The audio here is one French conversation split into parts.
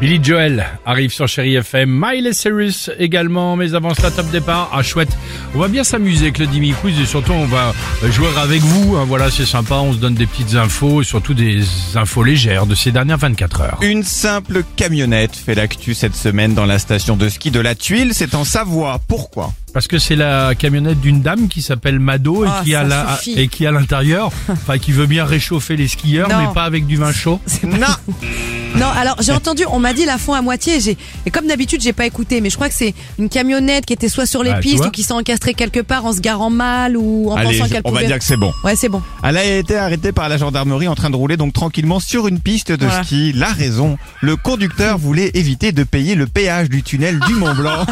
Billy Joel arrive sur Chéri FM, Miley Cyrus également, mais avant cela, top départ. Ah, chouette. On va bien s'amuser avec le Dimi Quiz et surtout, on va jouer avec vous. hein. voilà, c'est sympa. On se donne des petites infos, surtout des infos légères de ces dernières 24 heures. Une simple camionnette fait l'actu cette semaine dans la station de ski de la Tuile. C'est en Savoie. Pourquoi Parce que c'est la camionnette d'une dame qui s'appelle Mado et, Ah, qui ça a la- suffit. et qui, à l'intérieur, enfin, qui veut bien réchauffer les skieurs, Non. mais pas avec du vin chaud. Non Non, alors j'ai entendu, on m'a dit la fond à moitié. J'ai et comme d'habitude, j'ai pas écouté, mais je crois que c'est une camionnette qui était soit sur les Ah, tu pistes vois. ou qui s'est encastrée quelque part en se garant mal ou en Allez, pensant qu'elle on pouvait. va dire que c'est bon. Ouais, c'est bon. Elle a été arrêtée par la gendarmerie en train de rouler donc tranquillement sur une piste de Voilà. ski. La raison, le conducteur voulait éviter de payer le péage du tunnel du Mont Blanc.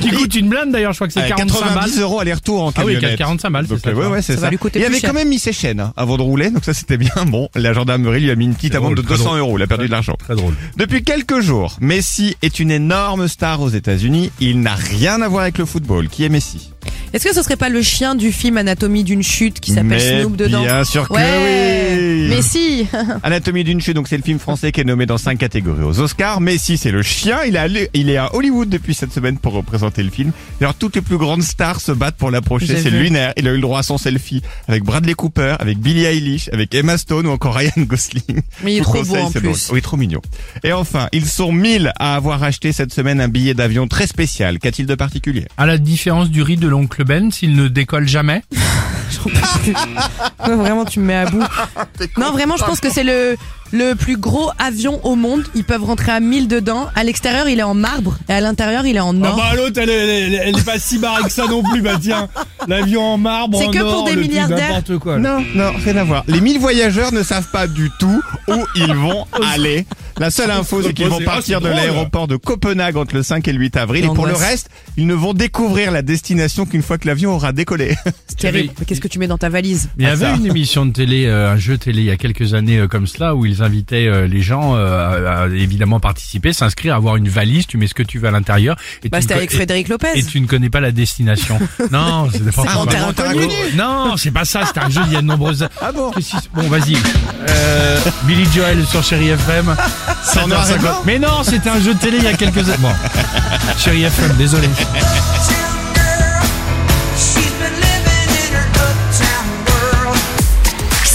Qui coûte une blinde d'ailleurs, je crois que c'est Euh, 45 balles. 90 euros aller-retour en Ah oui, camionnette. 45 balles, Donc, euh, c'est ça, ouais, ouais, c'est Ça va lui coûter Il plus avait cher. quand même mis ses chaînes hein, avant de rouler, donc ça c'était bien. Bon, la gendarmerie lui a mis une petite C'est amende de drôle, très 200 drôle. euros. Il a perdu de l'argent. Très drôle. Depuis quelques jours, Messi est une énorme star aux États-Unis. Il n'a rien à voir avec le football. Qui est Messi Est-ce que ce serait pas le chien du film Anatomie d'une chute qui s'appelle Mais Snoop dedans Bien sûr que Ouais. oui. Mais si. Anatomie d'une chute, donc c'est le film français qui est nommé dans cinq catégories aux Oscars. Messi, c'est le chien. Il est, allé- il est à Hollywood depuis cette semaine pour représenter le film. Et Alors toutes les plus grandes stars se battent pour l'approcher. J'ai C'est vu. lunaire. Il a eu le droit à son selfie avec Bradley Cooper, avec Billie Eilish, avec Emma Stone ou encore Ryan Gosling. Mais il est Je vous trop beau conseille, en c'est drôle. plus. Oui, trop mignon. Et enfin, ils sont 1000 à avoir acheté cette semaine un billet d'avion très spécial. Qu'a-t-il de particulier À la différence du riz de l'oncle Ben, s'il ne décolle jamais. Non, vraiment, tu me mets à bout. non, vraiment, je pense que c'est le le plus gros avion au monde. Ils peuvent rentrer à 1000 dedans. À l'extérieur, il est en marbre et à l'intérieur, il est en or. Ah bah, l'autre, elle, est pas si barrée que ça non plus, bah tiens. L'avion en marbre, C'est en que pour or, des le truc, milliardaires. n'importe quoi. Non, non, rien à voir. Les 1000 voyageurs ne savent pas du tout où ils vont aller. La seule info, c'est qu'ils vont Ah, c'est partir de drôle. l'aéroport de Copenhague entre le 5 et le 8 avril. Et pour le L'angoisse. reste, ils ne vont découvrir la destination qu'une fois que l'avion aura décollé. C'est terrible. Mais Qu'est-ce que tu mets dans ta valise Il y Ah, avait ça. une émission de télé, euh, un jeu télé il y a quelques années euh, comme cela, où ils invitaient euh, les gens euh, à, à évidemment participer, s'inscrire, avoir une valise, tu mets ce que tu veux à l'intérieur. et Bah, tu c'était ne co- avec et- Frédéric Lopez. Et tu ne connais pas la destination. non, c'est pas Ah, en terre inconnue. Non, c'est pas ça, c'était un jeu, il y a de nombreuses... Ah bon Qu'est-ce qui se- Bon, vas-y. Euh, Billy Joel sur Chéri FM. en noir et blanc Mais non, c'était un jeu de télé il y a quelques années. Bon. Chéri FM, désolé. She's been living in her uptown world.